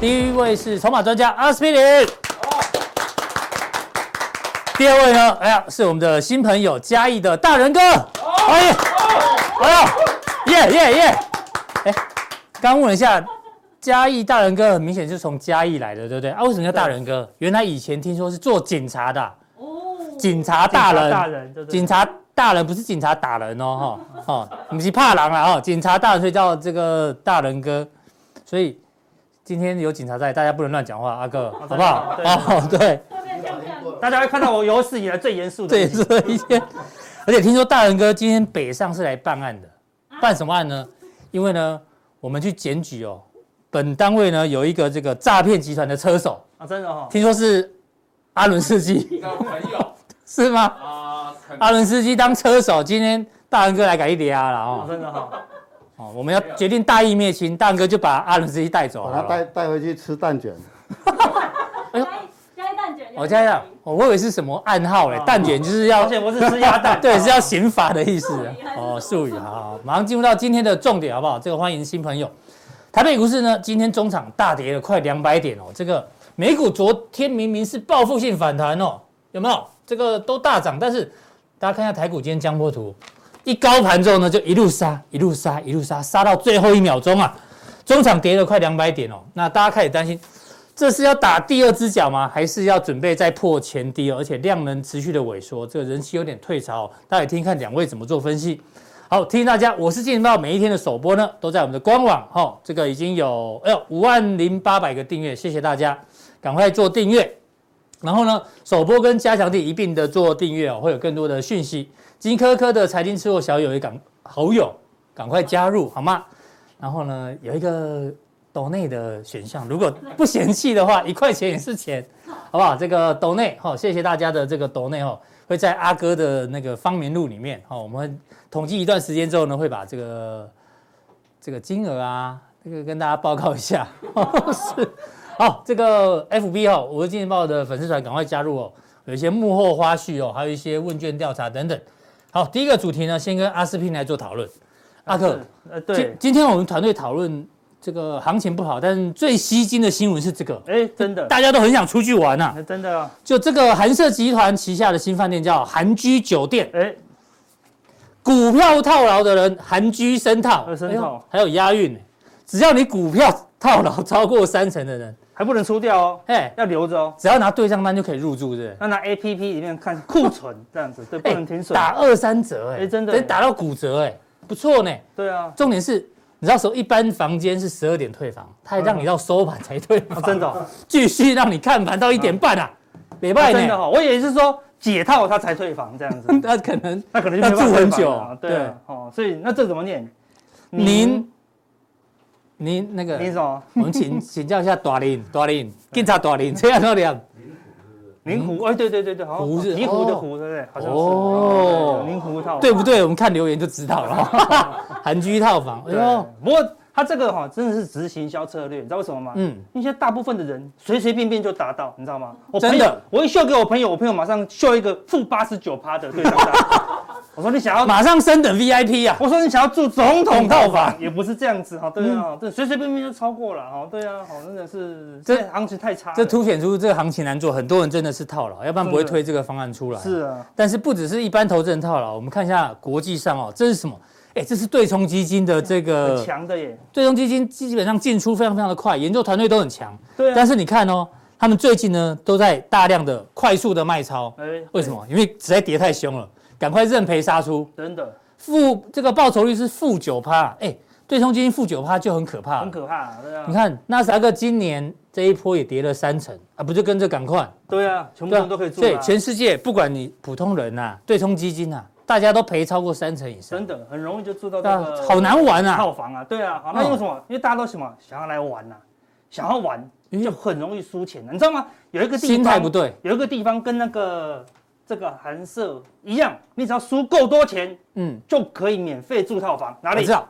第一位是筹码专家阿司匹林，第二位呢，哎呀，是我们的新朋友嘉义的大仁哥，欢迎，哎呀，耶耶耶！哎，刚问了一下，嘉义大仁哥很明显是从嘉义来的，对不对？啊，为什么叫大仁哥？原来以前听说是做警察的啊、警察大人，哦大人，对对警察大人不是警察打人哦，哈、哦，我们是怕狼啊，哦，警察大人所以叫这个大人哥，所以今天有警察在，大家不能乱讲话，阿哥，好不好？对哦，对，大家会看到我有史以来最 严肃的这一也集。是一些，而且听说大人哥今天北上是来办案的，办什么案呢？因为呢，我们去检举哦，本单位呢有一个这个诈骗集团的车手，啊，真的哈、听说是阿伦司机，交朋友 是吗？啊，肯阿伦司机当车手，今天大人哥来改一嗲了哦，哦。啊，真的哈、哦，我们要决定大义灭亲，大人哥就把阿伦司机带走把了它哦带带回去吃蛋卷，加一加一蛋卷，我家长，哎哦我以为是什么暗号嘞哦，蛋卷就是要而，且我是吃鸭蛋， 对，是要刑罚的 意思术语还。是哦，术语，好好，好马上进入到今天的重点，好不好？这个欢迎新朋友。台北股市呢，今天中场大跌了快两百点哦。这个美股昨天明明是报复性反弹哦，有没有？这个都大涨，但是大家看一下台股今天江波图，一高盘之后呢，就一路杀，一路杀，一路杀，杀到最后一秒钟啊，中场跌了快两百点哦。那大家开始担心，这是要打第二只脚吗？还是要准备再破前低哦？而且量能持续的萎缩，这个人气有点退潮哦、大家也听看两位怎么做分析。好，提醒大家，我是金钱豹，每一天的首播呢，都在我们的官网哈、哦，这个已经有哎呦五万零八百个订阅，谢谢大家，赶快做订阅。然后呢，首播跟加强地一并的做订阅哦，会有更多的讯息。金科科的财经吃货小友也赶好友，赶快加入好吗？然后呢，有一个抖内的选项，如果不嫌弃的话，一块钱也是钱，好不好？这个抖内哈，谢谢大家的这个抖内哦，会在阿哥的那个方明录里面哈、哦，我们会统计一段时间之后呢，会把这个这个金额啊，这个跟大家报告一下。 是，好，这个 FB 哦，我是金钱豹的粉丝团，赶快加入哦。有一些幕后花絮哦，还有一些问卷调查等等。好，第一个主题呢，先跟阿司匹林来做讨论。阿克是，呃，今对，今天我们团队讨论这个行情不好，但是最吸睛的新闻是这个，哎，真的，大家都很想出去玩呐、哎真的，就这个韩舍集团旗下的新饭店叫韩居酒店，哎，股票套牢的人韩居深套，呃深哎呦套还有押韵呢。只要你股票套牢超过三成的人，还不能出掉哦，哎，要留着哦。只要拿对账单就可以入住，是不是？要拿 A P P 里面看库存这样子，对，不能停损。打二三折，哎，哎真的等打到骨折，哎，不错呢。对啊，重点是，你知道时候一般房间是十二点退房，他还让你到收盘才退啊房，真的哦，继续让你看盘到一点半啊，礼啊拜真的呢，哈，我也是说解套他才退房这样 子，那可能那可能就没办法要住很退房了久对啊，哦，所以那这怎么念？您您那您个，什么？我们 请请教一下大林，大林，警察大林，这样都两哦宁湖，哎，对对对对，好像湖嗯是鹈鹕的哦湖，对不对？好像是哦哦，宁湖套房对不对？我们看留言就知道 了哦，韩居套房，哎对呦，，哦不过他这个哈、真的是执行销策略，你知道为什么吗？嗯，嗯，因为现在大部分的人随随便便就达到，你知道吗？我真朋的友，我一秀给我朋友，我朋友马上秀一个负八十九趴的对账单。 我说你想要，马上升等 VIP 啊，我说你想要住总统总套套房房，也不是这样子哈，对嗯啊，这随随便便就超过了哈，对啊，好，真的是这这行情太差了，这凸显出这个行情难做，很多人真的是套牢，要不然不会推这个方案出来。是啊，但是不只是一般投资人套牢，我们看一下国际上哦，这是什么？哎，这是对冲基金的这很个强的耶，对冲基金基本上进出非常非常的快，研究团队都很强。对啊但，是你看哦，他们最近呢都在大量的快速的卖超，哎为什？么？因为实在跌太凶了，赶快认赔杀出。真的负这个报酬率是负九趴，哎，对冲基金负九趴就很可怕很了。可怕，对啊，你，看纳斯达克今年这一波也跌了三成啊，不就跟着赶快？对啊，全部对啊人都可以住所以啊，全世界不管你普通人呐、对冲基金呐、啊大家都赔超过三成以上真，的很容易就住到这对啊个好难玩啊！哦套房啊，对啊，好，那因为什么？因为大家都什么想要来玩呐、想要玩，咦就很容易输钱了，你知道吗？有一个地心态方不对，有一个地方跟那个这个韩舍一样，你只要输够多钱嗯，就可以免费住套房，哪我里知？道，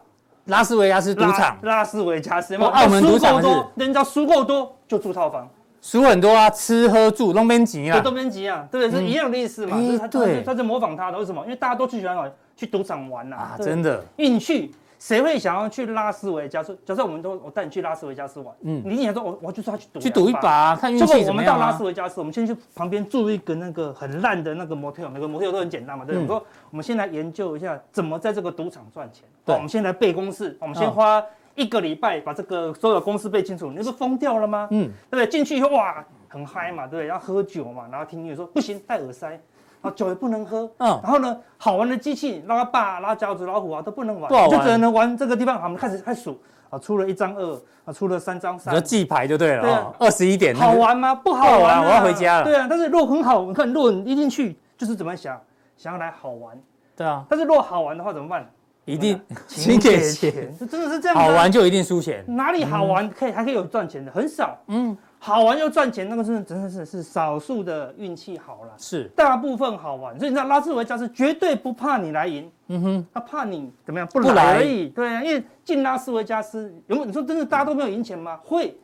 拉斯维加啊斯赌拉场拉斯维加斯，有没有哦澳门输赌场够是多，人只要输够多就住套房，输很多啊，吃喝住弄边急就啊，都边急啊，对不嗯对？是一样的意思嘛，哎就是他他对是他是模仿他的，为什么？因为大家都去喜欢玩去赌场玩呐啊，，真的，的，因为你去。谁会想要去拉斯维加斯？假设我们都我带你去拉斯维加斯玩，嗯嗯，你一定想说我我就是要去赌去两赌一把啊，看运结果气我怎么们到样拉斯啊。维加斯，我们先去旁边住一个那个很烂的那个 motel，那个 motel 都很简单嘛，对嗯不对？我说我们先来研究一下怎么在这个赌场赚钱。对好我们先来背公式，我们先嗯花一个礼拜把这个所有的公式背清楚。你是疯掉了吗？嗯，对不对？进去以后哇，很嗨嘛，对不对？要喝酒嘛，然后听音乐说不行，戴耳塞，然后酒也不能喝。嗯然后呢，好玩的机器，拉霸、拉饺子、老虎啊都不能玩，不好玩就只能玩这个地方。好，我们开始开始数啊，出了一张二啊，出了三张你三说，记牌就对了对哦啊，二十一点那个好玩吗？不好不好玩、玩啊，我要回家了对啊，但是如果很好，你看，如果你一进去就是怎么想，想要来好玩，对啊，但是如果好玩的话怎么办？一定啊请请给给钱钱，，这真的是这样、啊好玩，就一定输钱。哪里好玩可以还可以有赚钱的，很少。嗯，好玩又赚钱，那个真的真的是是少数的运气好了，是，大部分好玩。所以你知道拉斯维加斯绝对不怕你来赢，嗯哼，他怕你怎么样不不来来而已。对啊，因为进拉斯维加斯，有没有你说真的大家都没有赢钱吗？会，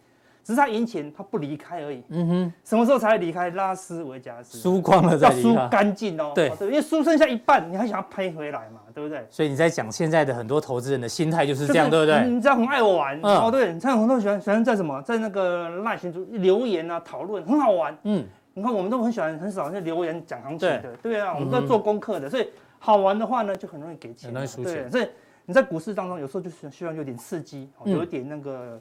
只是他赢钱他不离开而已。嗯哼，什么时候才离开拉斯维加斯？输光了再要离输开。干净哦，对哦因为输剩下一半，你还想要拍回来嘛，对不对？所以你在讲现在的很多投资人的心态就是就这样，对不对？你知道很爱玩、嗯哦，对，你看很多人喜欢喜欢在什么，在那个赖群组留言啊讨论，很好玩。嗯，你看我们都很喜欢，很少在留言讲行情对嗯的，对啊，我们都在做功课的，所以好玩的话呢，就很容易给钱很嘛，容易输对钱所以你在股市当中，有时候就是需要有点刺激，哦嗯有一点那个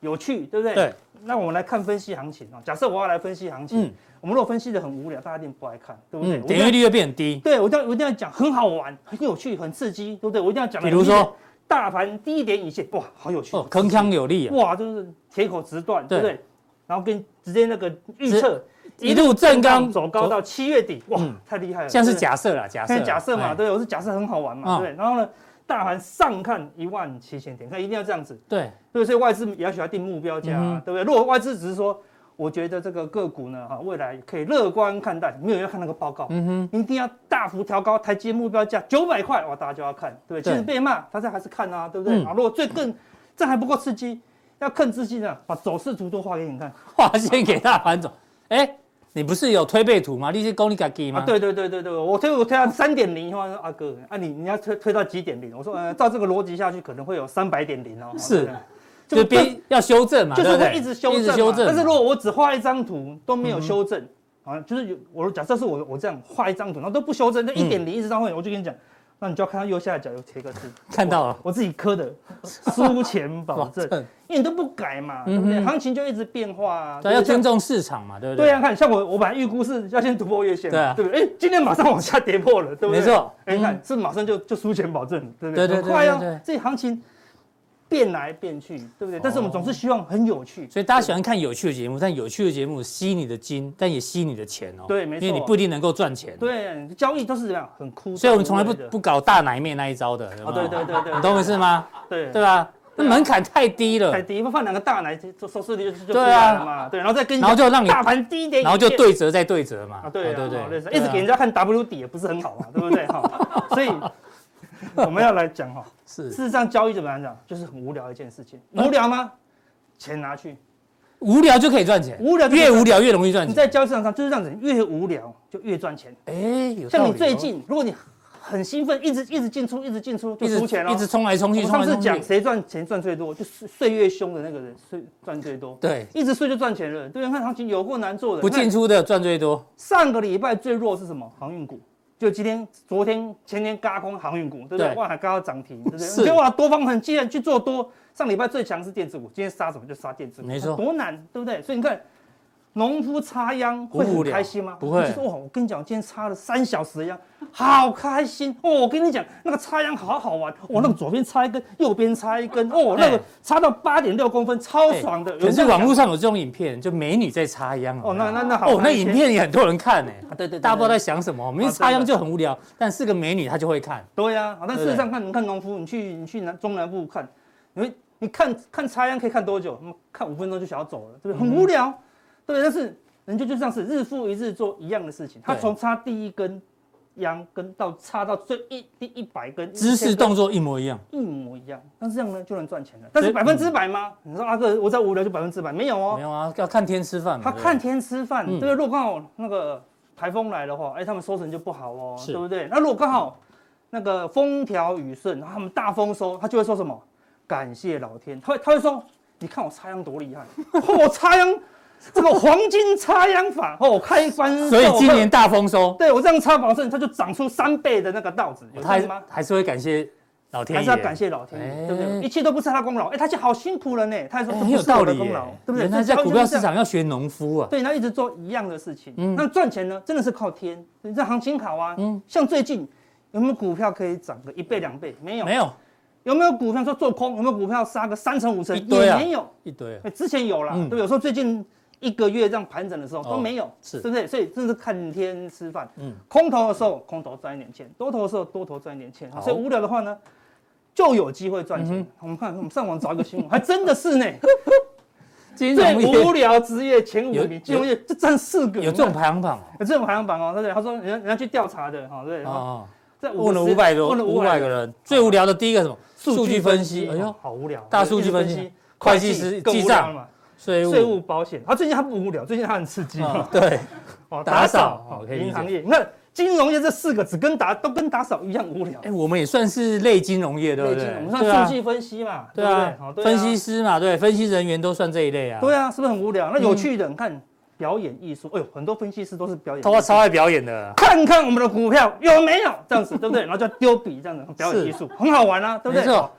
有趣，对不对？对。那我们来看分析行情啊，假设我要来分析行情，嗯我们如果分析的很无聊，大家一定不爱看，对不对？嗯，我点阅率会变很低。对，我一定要我一定要讲，很好玩，很有趣，很刺激，对不对？我一定要讲。比如说，大盘低一点以前，哇，好有趣，哦，铿锵有力啊，哇，就是铁口直断，对不对？然后跟直接那个预测一路正刚走高到七月底，哇嗯，太厉害了。现在是对假设啦，假不对，设啦现在假设嘛，哎对，我是假设很好玩嗯嘛，对不对。然后呢，大盘上看一万七千点，看一定要这样子，对，对，所以外资也要喜欢定目标价、嗯哼啊，对不对？如果外资只是说，我觉得这个个股呢，哈，未来可以乐观看待，没有人要看那个报告，嗯哼，一定要大幅调高台积目标价九百块，哇，大家就要看，对不对？对即使被骂，大家还是看啊，对不对？嗯啊，如果最更这还不够刺激，要更刺激的，把走势图都画给你看划线给大盘走。哎，你不是有推背图吗？你是讲你自己啊！吗？对对对对对，我推我推到三点零，他说啊哥，啊你你要推推到几点零？我说呃，照这个逻辑下去，可能会有三百点零哦。是对就不对边要修正嘛，就是啊对不对会一直修正一嘛，直修正嘛。嗯但是如果我只画一张图都没有修正，啊，就是有我假设是我我这样画一张图，然后都不修正，那一嗯点零一直到后面，我就跟你讲，那你就要看到右下角有贴个字，看到了我，我自己刻的输 钱保哇证，这因为你都不改嘛，对不对？嗯哼行情就一直变化啊，对，不要尊像重市场嘛，对不对？对啊，看像我，我本来预估是要先突破月线对啊嘛，对不对？哎，今天马上往下跌破了，对不对？没错哎，你嗯看是马上就就输钱保证了，对不对对？对对很快对对啊，这行情变来变去，对不对？但是我们总是希望很有趣，所以大家喜欢看有趣的节目，但有趣的节目吸你的金，但也吸你的钱哦。对没错因为你不一定能够赚钱。，对，交易都是这样，很枯燥无味的。所以我们从来不不搞大奶面那一招的。有啊，没有对对对对，你懂我意思吗？对啊对啊吧？那门槛太低了在，第一放两个大奶，就收视率就就对啊出来了嘛，对，然后再跟然后就让你大盘低一点，然后就对折再对折嘛。啊，对啊，对哦类似对，一直给人家家看 W 底也不是很好嘛，对不对？ 哈，所以我们要来讲哈，是事实上交易怎么样讲，就是很无聊一件事情，无聊吗？钱拿去，无聊就可以赚钱，无聊就可以越赚无聊越容易赚你钱。在交易市场上就是让人越无聊就越赚钱。哎，有道像理哦你最近，如果你很兴奋，一直一直进出，一直进出就一输钱哦直了一。直冲来冲去，我冲上来次冲讲去。谁赚钱赚最多，就是岁月凶的那个人睡赚最多，对，一直睡就赚钱了。对，看行情有够难做的。不进看出的赚最多。上个礼拜最弱是什么？航运股。就今天、昨天、前天嘎空航运股，对不对对？哇，还嘎到涨停，对不对？是你看哇，多方很既然去做多，上礼拜最强是电子股，今天杀什么就杀电子股，哎没错多难，对不对？所以你看，农夫插秧会不无很聊开心吗？不会就是哇，哦我跟你讲，我今天插了三小时的秧，好开心哦！我跟你讲，那个插秧好好玩，我、那个左边插一根，右边插一根，哦，那嗯哎个插到八点六公分，超哎爽的。有可人这是样网讲络上有这种影片，就美女在插秧。哦，那那那好哦，那开心影片也很多人看呢。啊对对，对大家不知道在对想什么，我们一啊插秧真的就很无聊，但是个美女她就会看，对呀、好，但对事实上看，你看农夫，你去你去南中南部看，你会你看看插秧可以看多久？嗯看五分钟就想要走了，对嗯不对？很无聊，对不对？但是人家就这样子日复一日做一样的事情，他对从插第一根秧根到插到最一第一百根，姿势一千根动作一模一样，一模一样，但是这样呢就能赚钱了。但是所以嗯百分之百吗？你说阿啊哥，我在无聊就百分之百没有哦没，有啊，要看天吃饭嘛。他对不对看天吃饭，嗯对不对？如果刚好那个台风来的话，哎，他们收成就不好哦，是对不对？那如果刚好那个风调雨顺，然后他们大丰收，他就会说什么？感谢老天，他会他会说，你看我插秧多厉害， 哦我插秧这个黄金插秧法，哦，我开翻豆，所以今年我大丰收，对我这样插保证，它就长出三倍的那个稻子，有哦他道理还吗？还是会感谢老天还爷，是要感谢老天爷，对不哎对？一切都不是他的功劳，哎，他就好辛苦了呢。他还说哎，这很不有是我道理的耶功劳，对不对？原来在他股票就是这市样场要学农夫啊，对，他一直做一样的事情。嗯那赚钱呢，真的是靠天，这行情好啊。嗯像最近有没有股票可以涨个一倍两倍？没有。没有有没有股票说做空？有没有股票杀个三成五成？一堆啊也没有。一堆啊，哎之前有啦，嗯对不对？有时候最近一个月这样盘整的时候哦都没有，是对不对？所以真的是看天吃饭。嗯，空头的时候空头赚一点钱，多头的时候多头赚一点钱好。所以无聊的话呢，就有机会赚钱。嗯哼我们看，我们上网找一个新闻，还真的是呢。 金最融无业聊职业前五有名，金融业这占四个，有这种排行榜哦有这种排行榜哦，对不对？他说人家人家去调查的，哈，对，然后哦，在50问了五百多，问了五百500个人，最无聊的第一个什么？数据分析，哎哎呦呦，，好无聊，大数据分析，会计师更记无聊账了、嘛，税务、税务、保险，啊他最近他不无聊，最近他很刺激，啊， 对，哦，打打扫扫哦，可以理解银行业，那金融业这四个只跟打都跟打扫一样无聊，哎，我们也算是类金融业，对不对对？我们对啊算数据分析嘛，对不啊好，对啊分析师嘛，对，分析人员都算这一类啊。对啊，啊，是不是很无聊？那有趣的，你看表演艺术，哎呦，很多分析师都是表演艺术，他超爱表演的，看看我们的股票有没有这样子，对不对？ 然后就丢笔这样子，表演艺术很好玩啊，对不没对？错哦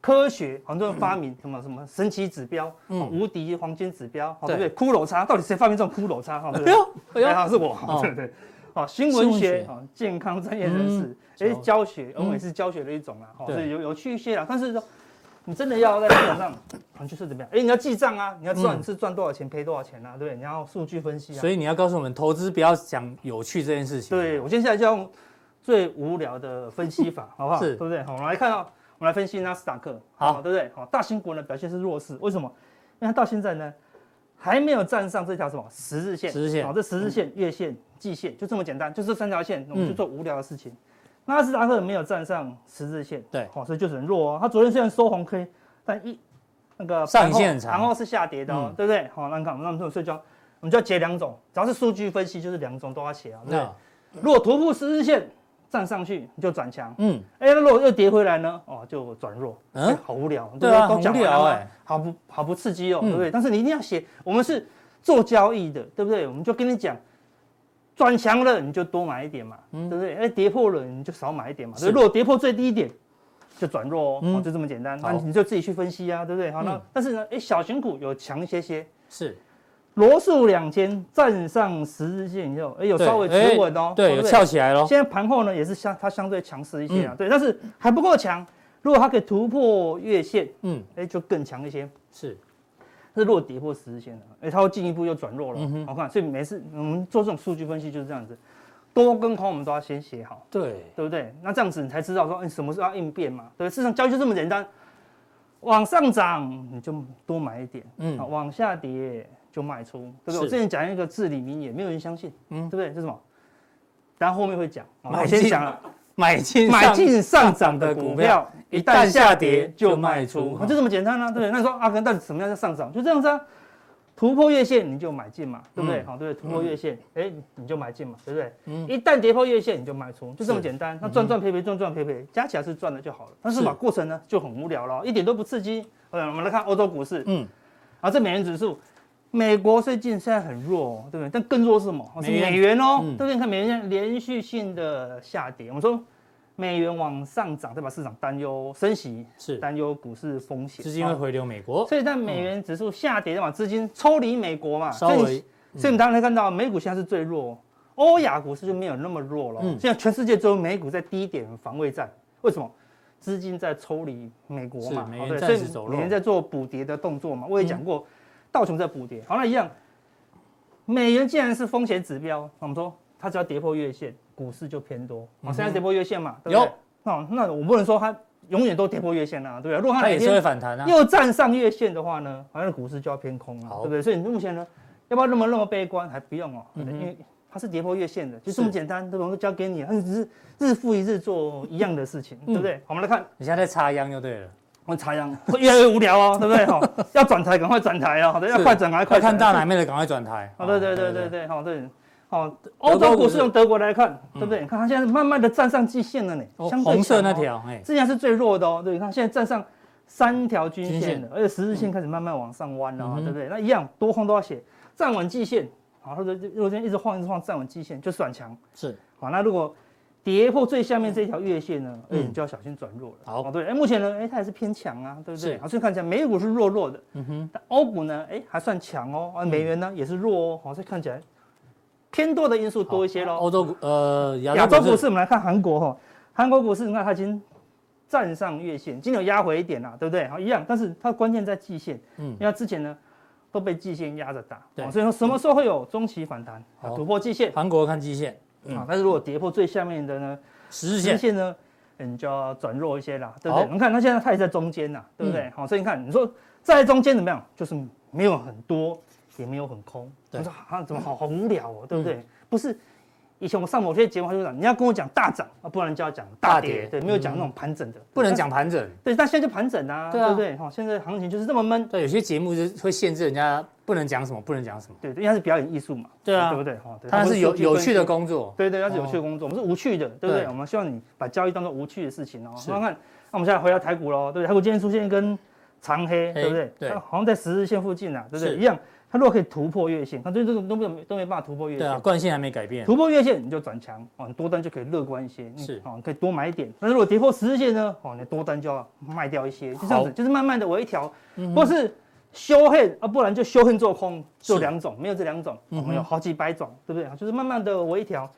科学很多人发明什么什么神奇指标，嗯哦无敌黄金指标，哦对对不对？骷髅叉到底谁发明这种骷髅叉？哈，哦对哎不对？呦，哎呦还，好是我哦，对不对？哦，新闻新闻学学哦，健康专业人士，嗯哎，教学，我嗯们也是教学的一种啦，哦，对所以有有趣一些啦。但是说你真的要在市场上，啊就是怎么样？哎，你要记账啊，你要知道嗯你是赚多少钱，赔多少钱啊，对不对？你要数据分析啊。所以你要告诉我们，投资不要讲有趣这件事情。对，我接下来就要用最无聊的分 析法，好不好？是对不对？好，我们来看到，我们来分析纳斯达克，好对不对？好，大型股呢表现是弱势，为什么？因为它到现在呢还没有站上这条什么十日线，十日线好，这十日线、月线、季线就这么简单，就这三条线，我们嗯就做无聊的事情。纳斯达克没有站上十日线，对好，所以就是很弱哦。它昨天虽然收红 K，但一那个上盘后限很长盘后是下跌的哦嗯，对不对？好，那你看，那我们所以就要我们就要截两种，只要是数据分析，就是两种都要写啊，对不对？那如果突破十日线站上去，你就转强。嗯，哎、那如果又跌回来呢？哦，就转弱。嗯嗯、好无聊。对啊不都讲完了很无聊吗哎好不好不刺激哦，嗯对不对？但是你一定要写，我们是做交易的，对不对？我们就跟你讲，转强了你就多买一点嘛，对不对？哎，跌破了你就少买一点嘛。嗯是所以如果跌破最低点。就转弱哦,、嗯哦，就这么简单。那好你就自己去分析啊，对不对？好，那、嗯但是呢，哎，小型股有强一些些，是罗素两千站上十日线以后，哎，有对稍微哎止稳哦，对，有不翘起来咯。现在盘后呢也是相它相对强势一嗯些啊，对，但是还不够强。如果它可以突破月线，嗯，哎、就更强一些。是但是如果跌破十日线了，哎、它会进一步又转弱了。嗯哼好看，所以每次我们做这种数据分析就是这样子，多跟空我们都要先写好，对，对不对？那这样子你才知道说，哎、什么时候要应变嘛？对不对，市场交易就这么简单，往上涨你就多买一点，嗯好，往下跌就卖出，对不是对？我之前讲一个至理名言，没有人相信，嗯嗯，对不对？是什么？但后面会讲，好买我先进讲了。买进买上进上涨的的股股票票，一一旦旦下下跌跌就就卖卖出出，啊就这么简单啊，对不对？那你说阿根到底什么样叫上涨？就这样子啊，突破月线你就买进嘛，对不对？嗯好，对不对？突破月线，哎，你就买进嘛，对不对？嗯一旦跌破月线你就卖出，就这么是嗯简单。那赚赚赔赔，赚赚赔赔，加起来是赚的就好了。但是是嘛，过程呢就很无聊了，一点都不刺激。呃，我们来看欧洲股市，嗯，啊，这美元指数，美国最近现在很弱、哦，对不对？但更弱是什么？哦是美元美元哦，嗯对不对？你看美元现在连续性的下跌，我们说美元往上涨，对吧？市场担忧升息，是担忧股市风险，资金会哦回流美国，所以在美元指数下跌的嘛，资金抽离美国嘛，嗯稍所以微嗯所以我们大家可以看到，美股现在是最弱哦，欧亚股市就没有那么弱了哦。嗯现在全世界只有美股在低点防卫战，为什么？资金在抽离美国嘛是，美哦元对暂所时走以弱嗯美元在做补跌的动作嘛。我也讲过，道琼在补跌。好，那一样，美元既然是风险指标，那我们说它只哦要跌破月线，股市就偏多。好，现在跌破月线嘛，对嗯不哦有对？那那我不能说它永远都跌破月线啦、对不对？如果它它哪也是会天反弹啊。又站上月线的话呢，好像股市就要偏空了、好对不对？所以你目前呢，要不要那么那么悲观？还不用哦，嗯哼因为它是跌破月线的，就是这么简单，对吧？我都交给你，它只是日复一日做一样的事情，嗯对不对？好我们来看，你现在在插秧就对了，我们查阳会越来越无聊 哦，对不对？哈，要转台赶快转台哦，好的，要是快转赶快快快转看到哪面的赶快转台。啊，对哦对对对，对，好对，好，国欧洲股股市市用德国来看，嗯对不对？你看它现在慢慢的站上季线了呢，哦相对红色强那哦，条，哎，之前是最弱的哦，对，你看现在站上三条均均线线了，而且十日线开始慢慢往上弯了嗯哦，哼对不对？那一样多空都要写站稳季线，好，或者如果今天一直晃一直晃站稳季线就是转强，是好，那如果跌破最下面这条月线呢，哎，嗯你就要小心转弱了。好哦对，哎，目前呢，哎，它还是偏强啊，对不对？是好，所以看起来美股是弱弱的，嗯哼，但欧股呢，哎，还算强哦，啊，美元呢也是弱哦，好，所以看起来偏多的因素多一些喽。欧洲股呃亚亚洲洲股股市市我们来看韩国哈、哦，韩国股市你看它已经站上月线，今天有压回一点啦、对不对？好，一样，但是它关键在季线，嗯因为它之前呢都被季线压着打，对哦所以说什么时候会有中期反弹，好啊、突破季线韩国看基线、嗯啊？但是如果跌破最下面的呢？十日日线，线呢，你就要转弱一些啦，对不好嗯对？你看它现在它也在中间呐，对不对？好、所以你看，你说在中间怎么样？就是没有很多，也没有很空。对嗯你说啊，怎么好好无聊哦，对不对？不是，以前我上某些节目他就讲，你要跟我讲大涨啊，不然就要讲大大跌，跌嗯对，没有讲那种盘整的，不能对。讲盘整。但对，但现在就盘整啊，对啊对不对？好、现在行情就是这么闷。对，有些节目是会限制人家不能讲什么，不能讲什么。对，因为它是表演艺术嘛，对啊对不对？哈，对它啊是有有趣的。它不是数据分析工作，哦对对，它是有趣的工作，我们是无趣的，对不对？对我们希望你把交易当做无趣的事情哦。是那看，那我们现在回到台股喽，对不对？台股今天出现一根长黑，黑对不对？哎对它好像在十日线附近啊，对不对？是一样，它如果可以突破月线，它最近这种都没有都没办法突破月对啊，线。惯性还没改变。突破月线你就转强哦，你多单就可以乐观一些，你是哦，你可以多买一点。那如果跌破十日线呢，哦，你多单就要卖掉一些，就这样好子，就是慢慢的微调，嗯或是修恨啊，不然就修恨做空，是就两种，没有这两种，哦嗯哼我们有好几百种，对不对？就是慢慢的微调。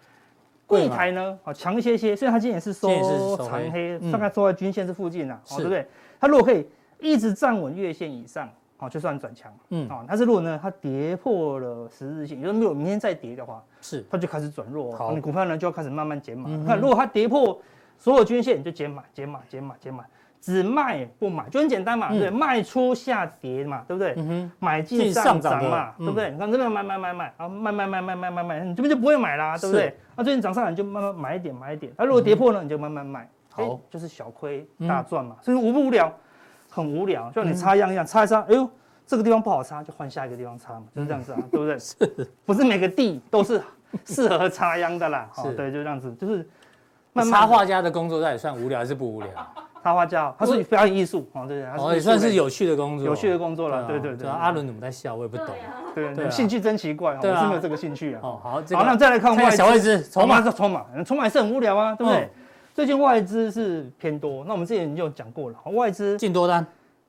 贵柜嘛台呢，啊强一些些，虽然它今天也是收今天也是收长黑黑嗯，大概收在均线这附近啊，是哦对不对？它如果可以一直站稳月线以上，哦就算转强，嗯哦，但是如果呢它跌破了十日线，也就是没有明天再跌的话，是它就开始转弱、好哦，你股票呢就要开始慢慢减码。嗯哼那、如果它跌破所有均线，你就减码、减码、减码、减码，只卖不买，就很简单嘛，嗯对，卖出下跌嘛，对不对？嗯哼，买进进上上涨涨的嘛，嗯对不对？你看这边买买买买，然后卖卖卖卖卖卖卖，你这边就不会买啦，对不是对？那、最近涨上来你就慢慢买一点买一点，那、啊如果跌破呢，你就慢慢卖，嗯好哎就是小亏嗯大赚嘛，所以无不无聊，很无聊，就像你插秧一样，插一插，哎呦。这个地方不好插，就换下一个地方插嘛，就是这样子啊，嗯 对不对？是，不是每个地都是适合插秧的啦？ 是哦，对，就这样子，就是慢插慢地画家的工作到底算无聊还是不无聊？插花架哦，它是表演艺术哦，对，它哦，艺也术算是类有趣的工作，有趣的工作啊了，对对对。啊阿伦怎么在笑？我也不懂。对啊，对，对啊对，兴趣真奇怪，哦对我啊是没有这个兴趣啊。哦，好，这个好，那再来看看一外下资小位置筹筹码码，是筹码，筹码也是很无聊啊，对不对嗯？最近外资是偏多，那我们之前就有讲过了，外资进多单，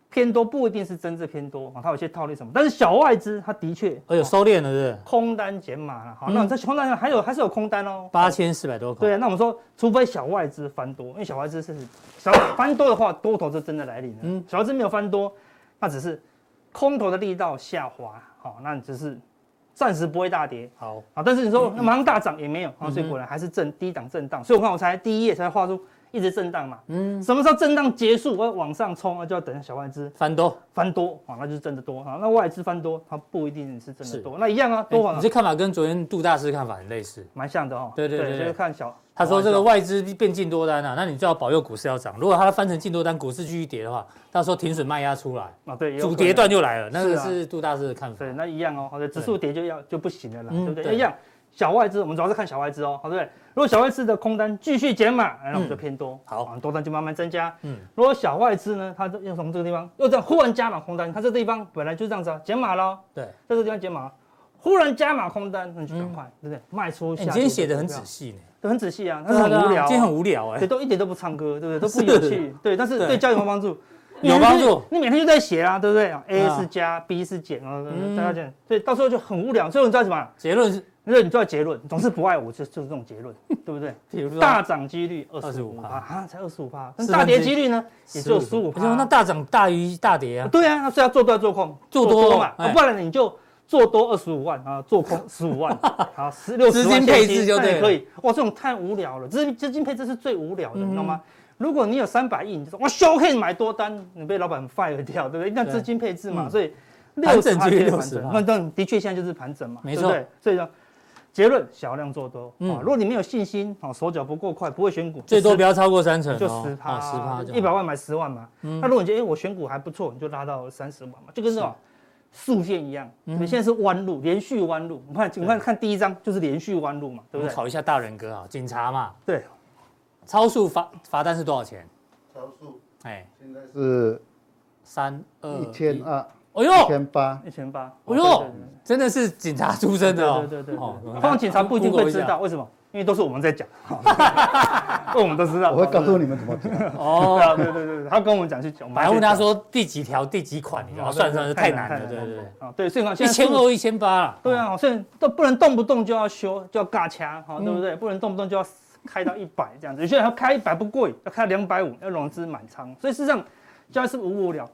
偏多不一定是真正偏多啊，它有些套利什么，但是小外资它的确哦哎呦，收敛了是不是？空单减码了。好，嗯那这空单上还有还是有空单哦，八千四百多口，对啊，那我们说，除非小外资翻多，因为小外资是小翻多的话，多头就真的来临了。嗯小外资没有翻多，那只是空头的力道下滑，好、那你只是暂时不会大跌好，啊。但是你说马上大涨也没有啊，所嗯以哼果然还是震低档震荡。所以我看我才第一页才画出一直震荡嘛，嗯，什么时候震荡结束，我要往上冲，那就要等小外资翻多，翻多啊，那就是真的多啊。那外资翻多，它不一定是真的多，那一样啊，哎多往你这看法跟昨天杜大师看法很类似。蛮像的哦。对对对对就是看小。他说这个小外资外资变进多单啊，那你就要保佑股市要涨。如果它翻成进多单，股市继续跌的话，到时候停损卖压出来，啊，对，也有主可跌能段就来了。那个是啊是杜大师的看法对，。那一样哦，好的，指数跌就要就不行了啦，嗯对不对对？一样，小外资我们主要是看小外资哦，好对不对？如果小外资的空单继续减码，哎那我们就偏多，嗯好啊多单就慢慢增加。嗯嗯，如果小外资呢，它就又从这个地方又这样忽然加码空单，它这地方本来就这样子啊，减码喽，对，在这个地方减码，忽然加码空单，那你就赶快，对不对？卖出哎嗯你下跌股票。今天写的很仔细呢，对，很仔细啊，但是很对无啊聊啊，今天很无聊哎对，。都一点都不唱歌，对不对？都不是有趣，对，但是对对交易有没有帮助？有帮助你每天就，你每天就在写啦，对不对啊？A 啊是加，B 是减，然后嗯大家减，所以到时候就很无聊。所以你知道什么？结论是，你说你知道结论，总是不爱我，就就是这种结论，对不对？ 比如说大涨几率二十五25%趴啊，才二十五趴，但四分之一大跌几率呢也只有十15%五哎呦那趴。大涨大于大跌啊，对啊，那所以要做多要做空，做多嘛，哎啊不然你就做多二十五万啊，做空 十五万，好十六资十金万配现金置就那对了也嗯可以。哇，这种太无聊了，资金资金配置是最无聊的，你知道吗？如果你有三百亿，你就说我休可以买多单，你被老板 fire 掉，对不对？一旦对资金配置嘛，嗯所以盘整几60%率盘60%整，那那的确现在就是盘整嘛，没对不错对所以说结论小量做多嗯啊，如果你没有信心啊，手脚不够快，不会选股，最多就不要超过三成哦，就十趴，十趴就好一百万买十万嘛。那如果你觉得哎、我选股还不错，你就拉到三十万嘛，就跟那种竖线一样。你、现在是弯路，连续弯路。你看，你看，看第一张就是连续弯路嘛，对我不们对？考一下大人哥啊，警察嘛，对，超速罚罚单是多少钱？超速哎，现在是三二一千，二、哎一呦，千八，一千八。哎呦，真的是警察出身的哦，对对对对哦对，通常警察不一定会知道，为什么？因为都是我们在讲，我们都知道。我会告诉你们怎么做。哦。啊，对对对对，他跟我们讲去讲，我们白问他还在说第几条第几款，你知道吗讲，算算是太难了，哦太对对对，了啊，对，所以你看现一在千数二一千八啦，哦对啊，所以都不能动不动就要修，就要尬掐，嗯哈、对不对？不能动不动就要开到一百这样子。有些人要开一百不贵，要开两百五，要融资满仓。所以事实上，交易是不无无聊，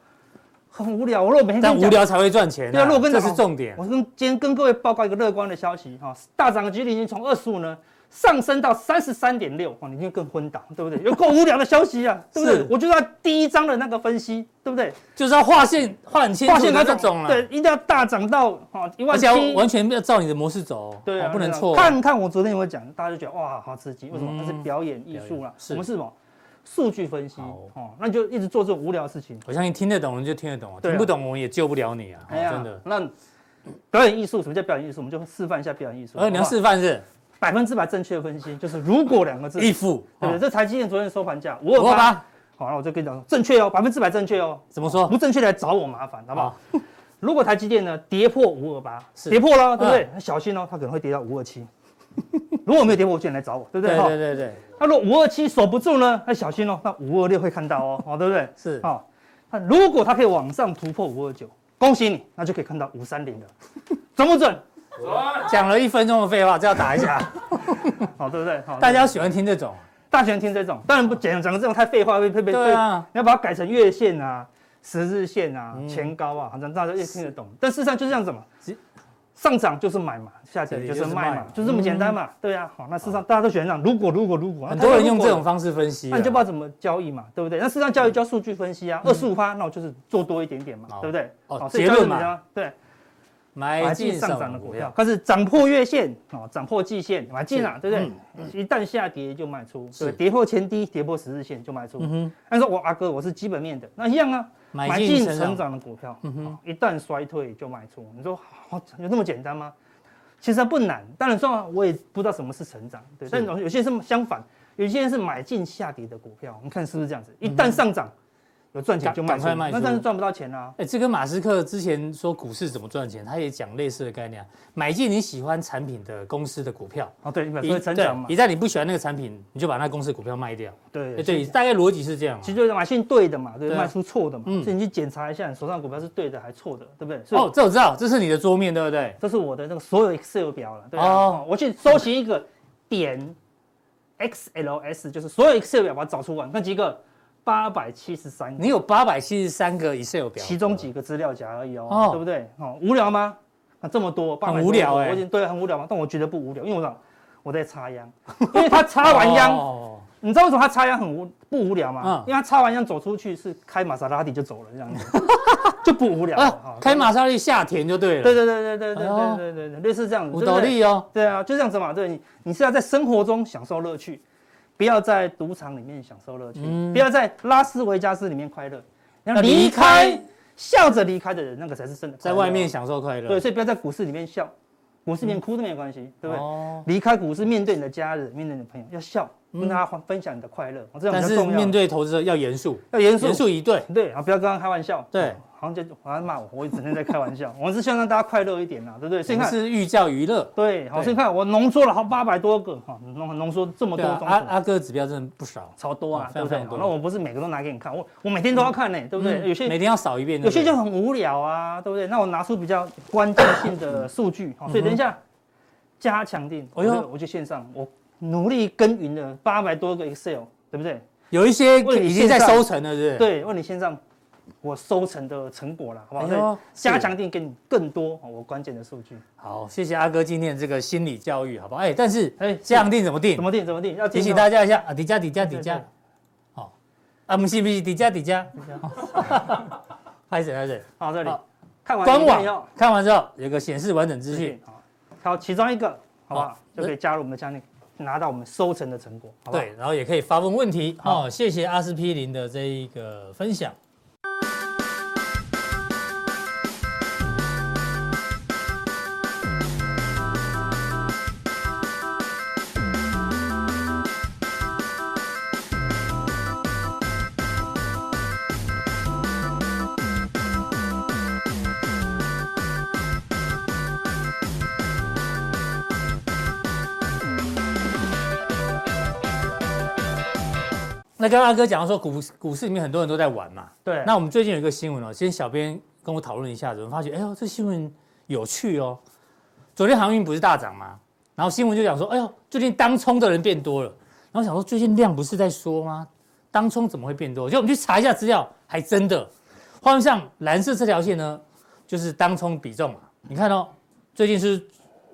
很无聊。我如果每天但跟无你讲，聊才会赚钱啊，对啊如果跟这你是重点我，跟今天跟各位报告一个乐观的消息哈、大涨的几率已经从二十五呢上升到三十三点六，哦，你就更昏倒，对不对？有够无聊的消 息啊，对不是对？我就要第一章的那个分析，对不对？就是要划线画很清发楚的现它那涨种了，对，，一定要大涨到啊一而万且七。要完全要照你的模式走哦，对哦啊，不能对啊错哦，看看我昨天有没有讲，大家就觉得哇，好刺激，为什么？嗯那是表演艺术表啦演。是我们是什么？数据分析好哦，那你就一直做这种无聊的事情。我相信听得懂人就听得懂哦，对啊听不懂我们也救不了你啊，哦哎呀真的，。那表演艺术什么叫表演艺术？我们就示范一下表演艺术。而呃你要示范是百分之百正确的分析，就是如果两个字，对 if 不对？哦这台积电昨天收盘价五五二二八，八好，那我就跟你讲说，正确哦，百分之百正确哦，怎么说？不正确的来找我麻烦，好不好好？ 如果台积电呢跌破五二八，是嗯跌破了，对不对？小心哦，它可能会跌到五二七。 如果没有跌破，我就来找我， 对不哦对对？哈对对对，他说五二七守不住呢，那小心哦，那五二六会看到 哦，好、对不对？是好、那如果它可以往上突破五二九，恭喜你，那就可以看到五三 零了，准不准？讲了一分钟的废话，这要打一下，好、哦对不对？好、 大家喜欢听这种，大喜欢听这种，当然不讲讲这种太废话，会被被对啊你要把它改成月线啊、十日线啊、嗯前高啊，好像大家越听得懂。但事实上就是这样子嘛是，上涨就是买嘛，下跌就是卖嘛，就这么简单嘛，对啊。好、那事实上大家都喜欢这样，如果如果如果，嗯很多人用这种方。方式分析啊，那你就不知道怎么交易嘛，对不对？那事实上交易叫数据分析啊，二十五趴，那我就是做多一点点嘛好，对不对？哦所以结交易论怎么嘛样？对，买买进进上上涨涨的的股股票票，，可是涨破月线啊，涨破季线买进啊，对不对？一旦下跌就卖出，嗯是嗯对，跌破前低，跌破十日线就卖出。哼但是我阿哥我是基本面的，那一样啊，买买进成进成长，嗯长的股票，啊一旦衰退就卖出。你说好有那么简单吗？其实不难，当然说我也不知道什么是成长，对，是但有有些是相反，有些人是买进下跌的股票，你看是不是这样子？一旦上涨有赚钱就卖嗯出，赶赶快卖出那但是赚不到钱啊。哎，这跟马斯克之前说股市怎么赚钱，他也讲类似的概念啊，买进你喜欢产品的公司的股票，哦，对，所一以成对长嘛一，旦你不喜欢那个产品，你就把那公司的股票卖掉，哎对对，大概逻辑是这样啊其。实就是买进对的嘛，对，对啊卖出错的嘛，嗯所以你去检查一下你手上的股票是对的还是错的，对不对？所以哦，这我知道，这是你的桌面对不对？这是我的那个所有 Excel 表了，对啊哦哦，我去搜寻一个点 XLS，就是所有 Excel 表把它找出来，看几个八百七十三个，你有八百七十三个 Excel 表，其中几个资料夹而已哦，哦对不对？哦，无聊吗？啊，这么多，800很无聊多个欸我已经对啊很无聊嘛，但我觉得不无聊，因为我想我在插秧， 因为他插完秧，哦你知道为什么他插秧很无不无聊吗？嗯因为他插完秧走出去是开玛莎拉蒂就走了这 样子，就不无聊了。啊哈，开玛莎拉蒂下田就对了，对对对对对对哎呦对对对对，类似这样子，有对不道对理哦。对啊，就这样子嘛。对你，你是要在生活中享受乐趣，不要在赌场里面享受乐趣，嗯不要在拉斯维加斯里面快乐。你那要离离开开，笑着离开的人，那个才是真的快在乐啊。外面享受快乐，对，所以不要在股市里面笑，股市里面哭都没有关系，对不对？哦，离开股市，面对你的家人，面对你的朋友，要笑，跟大家分分享你的快乐，哦这样嗯但比较是重要面。对投资者要严肃，要严肃严，肃以对，对啊，不要跟他开玩笑。对，好像就好像骂我，我也整天在开玩笑。我是希望让大家快乐一点啦，啊对不对？所以我你们看，是寓教于乐。对，好，对所以你看我浓缩了好八百多个，哈，浓浓缩这么对多啊，中阿途，阿哥的指标真的不少，超多啊哦，非常对不非对？常多好那我不是每个都拿给你看，我我每天都要看呢，对不对？嗯有些每天要扫一遍，有些对就不很无聊啊，对不对？那我拿出比较关键性的数据，好，所以等一下加强定，嗯哎哎呦呦，我去线上，我努力耕耘了八百多个 Excel，对不对？对有一些为你已经在线上收成了，是不是？对，问你线上我收成的成果了，好不好？哎呦所以是加强定给你更多哦我关键的数据。好，谢谢阿哥今天的这个心理教育，好不好？哎，但是哎，这样定怎么定怎？么定？怎么定？要提提醒醒大大家一下啊，底价底价对底对价对，好，啊，不是不是，底价底价， 拍谁 拍谁。好，这里好看完官影片以后网看完之后有个显示完整资讯，，好，挑其中一个，好不好好？就可以加入我们的家内，拿到我们收成的成果，好不好？对，然后也可以发问问题。好哦，谢谢阿司匹林的这一个分享。那刚刚阿哥讲到说股股市里面很多人都在玩嘛，对，那我们最近有一个新闻哦，今天小编跟我讨论一下子，我们发觉，哎呦，这新闻有趣哦。昨天航运不是大涨吗？然后新闻就讲说，哎呦，最近当冲的人变多了。然后想说，最近量不是在缩吗？当冲怎么会变多？就我们去查一下资料，还真的。画面上蓝色这条线呢，就是当冲比重嘛。你看哦，最近是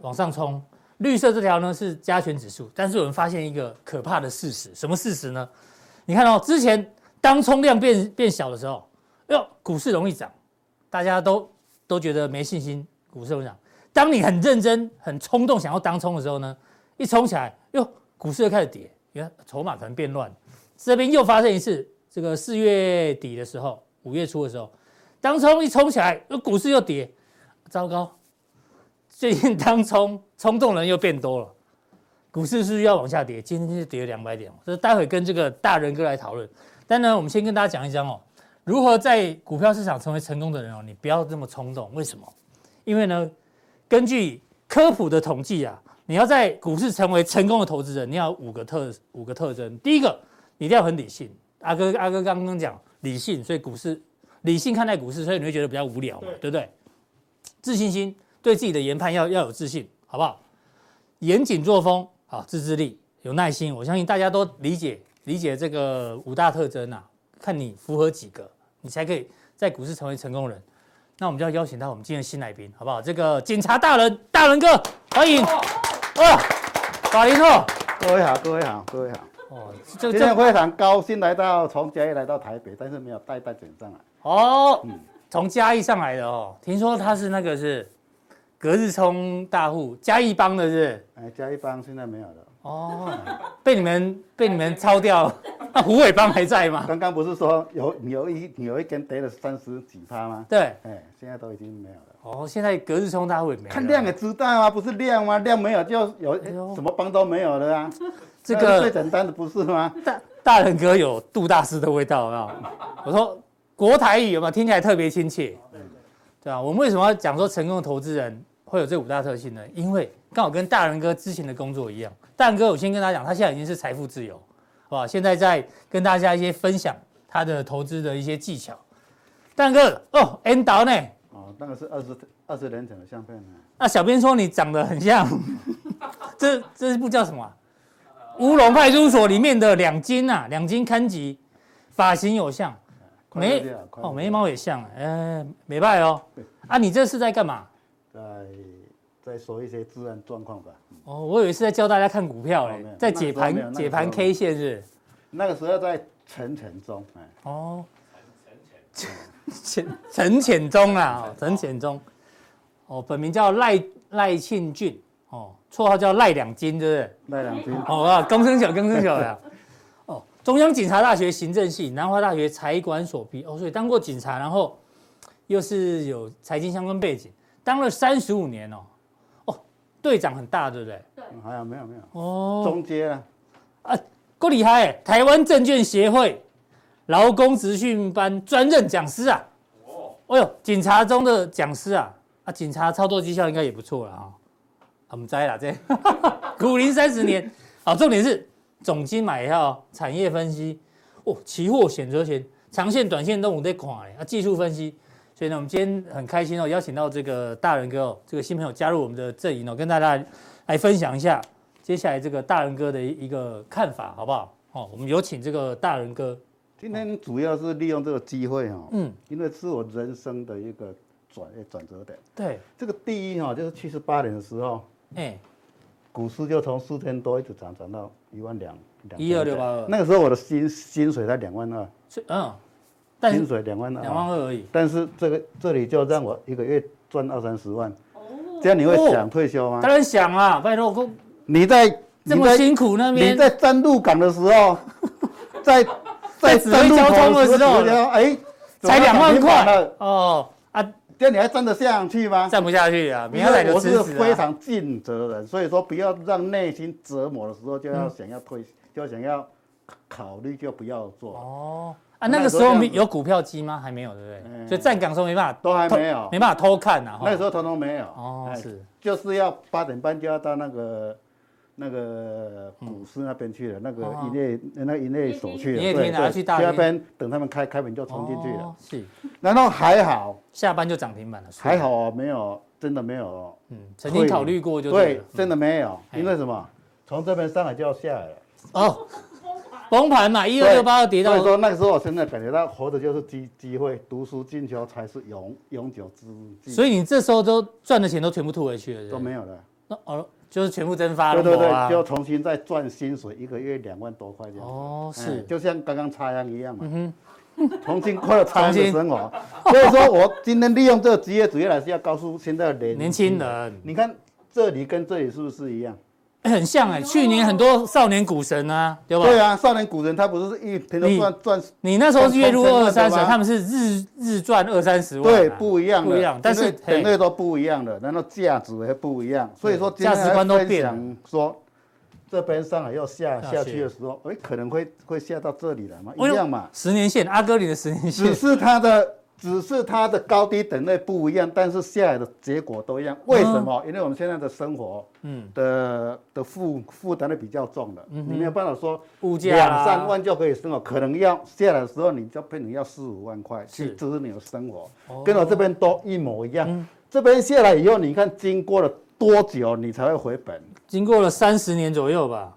往上冲。绿色这条呢是加权指数，但是我们发现一个可怕的事实，什么事实呢？你看哦，之前当冲量变变小的时候，哎呦，股市容易涨，大家都都觉得没信心，股市容易涨。当你很认真、很冲动想要当冲的时候呢，一冲起来，哟，股市就开始跌，原来筹码可能变乱。这边又发生一次，这个四月底的时候，五月初的时候，当冲一冲起来，呃股市又跌，糟糕！最近当冲冲动人又变多了，股市是不是要往下跌？今天就跌了两百点，这待会跟这个大人哥来讨论。但呢，我们先跟大家讲一讲哦，如何在股票市场成为成功的人哦，你不要这么冲动。为什么？因为呢，根据科普的统计啊，你要在股市成为成功的投资人，你要有五个特五个特征。第一个，你一定要很理性。阿哥阿哥刚刚讲理性，所以股市理性看待股市，所以你会觉得比较无聊嘛，对不对？自信心，对自己的研判要要有自信，好不好？严谨作风，好自制力，有耐心。我相信大家都理解理解这个五大特征啊，看你符合几个，你才可以在股市成为成功人。那我们就要邀请到我们今天的新来宾，好不好？这个警察大人，大人哥，欢迎！哇，法林后， 各位好，各位好，各位好。哦，今这这天非常高兴来到从嘉义来到台北，但是没有带带整上来。哦，从嘉义上来的哦，听说他是那个是隔日冲大户嘉义帮的是不是？哎，嘉义帮现在没有了。哦，被你们被你们抄掉了，那胡伟邦还在吗？刚刚不是说有有一有一根跌了三十几趴吗？对，哎，现在都已经没有了。哦，现在隔日冲大会没了看量也知道啊，不是量吗？量没有就有、哎哎呦什么帮都没有了啊。这那最个简单的不是吗？大大人哥有杜大师的味道，有没有？我说国台语有没有听起来特别亲切？对啊，我们为什么要讲说成功的投资人会有这五大特性呢？因为刚好跟大人哥之前的工作一样，大人哥我先跟大家讲，他现在已经是财富自由，好不好？现在在跟大家一些分享他的投资的一些技巧。大人哥哦，N 导呢？哦，那个是二十二十年前的相片啊。那小编说你长得很像， 这这是部叫什么、啊？乌龙派出所里面的两金啊，两金看吉，发型有像，快乐眉点啊快哦乐点眉毛也像，哎，美败哦。啊，你这是在干嘛？再再说一些自然状况吧。哦，我以为是在教大家看股票哦嘞没有，在解那个时候盘没有解盘那个时候没 K 线是不是？那个时候在沉沉中，哎，哦， 浅陈浅中啦，哦陈浅中，哦，本名叫赖赖庆俊，哦，绰号叫赖两金，对不对？那两 军哦啊，刚升小，刚升小呀。哦，中央警察大学行政系，南华大学财管所毕。哦，所以当过警察，然后又是有财经相关背景，当了三十五年哦。哦，队长很大，对不对？还有没有没有哦，中间啊，够厉害耶！台湾证券协会劳工职训班专任讲师啊。哦，哎呦，警察中的讲师啊，啊，警察操作绩效应该也不错了啊、哦。啊我们栽啦，这 苦龄三十年。好，重点是总金买要产业分析，哦，期货、选择权、长线、短线都我在看嘞，啊，技术分析。所以呢，我们今天很开心哦，邀请到这个大人哥哦，这个新朋友加入我们的阵营哦，跟大家来来分享一下接下来这个大人哥的一个看法，好不好？哦，我们有请这个大人哥，今天主要是利用这个机会哦，嗯，因为是我人生的一个转呃转折点。对，这个第一哈、就是七十八年的时候，哎，股市就从四千多一直涨涨到一万两两12682那个时候我的薪薪水才两万二，所以嗯，但薪是水两万两万二，二而已，但是这个这里就让我一个月赚二三十万，哦，这样你会哦想退休吗当？然想啊，拜托，我你在这你么在辛苦那你边，在站入港的时 候，在在在指挥站入交通港的时候指挥交通哎，才两万块了，哦啊，这样你还站得下去吗？站不下去啊，明因天来为就我辞是职非啊。常尽责的人，所以说不要让内心折磨的时候就要想要退，就想要考虑就不要做，嗯哦啊，我那那个时时候候这样没子有股票机吗？还没有，对不对？嗯所以站岗的时候没办法，都还偷没有没，办法偷看啊。那个时候候通通没有。哦哎是，就是要八点半就要到那个那个股市那边去了，那个嗯哦营业那个营业所去了，营业厅对啊对去大厅那边等他们开开门就冲进去了哦。，是然后还好下班就涨停板了，还，好哦没有，真的没有。嗯，曾经考虑过就对了，真的没有，嗯因为什么？从这边上来就要下来了。哦，疯狂崩盘嘛，一二对六八二跌到所以说那个时候我真的感觉到活着就是机机会，读书进修才是永永久之计。所以以你这时候都赚的钱都全部吐回去了，都没有了。那哦，就是全部蒸发了，啊对对哇对，就重新再赚薪水，一个月两万多块这样子。哦哎是，就像刚刚插秧一样嘛，嗯重新过了插秧的生活。所以说我今天利用这个职业主要来是要告诉现在的哼，年年轻，人你看这里跟这里是不是一样？哎很像哎，去年很多少年股神啊，对吧？对啊，少年古人他不是一天都你赚赚你那时候是月入从二从三十，成万他们是日日赚二三十万啊，对，不一样的，不一样但是嘿等类都不一样的，然后价值也不一样，所以说今天价值观都分变了享说这边上来要下下下去去的时候，哎，可能会会下到这里来嘛，哎呦一样嘛，十年线，阿哥你的十年线只是它的。只是它的高低等类不一样，但是下来的结果都一样。为什么？因为我们现在的生活嗯，的的负负担的比较重了，你没有办法说物价啊两三万就可以生活，可能要下来的时候你就变成要四五万块去是支撑你的生活哦，跟我这边都一模一样。这边下来以后，你看经过了多久你才会回本？经过了三十年左右吧，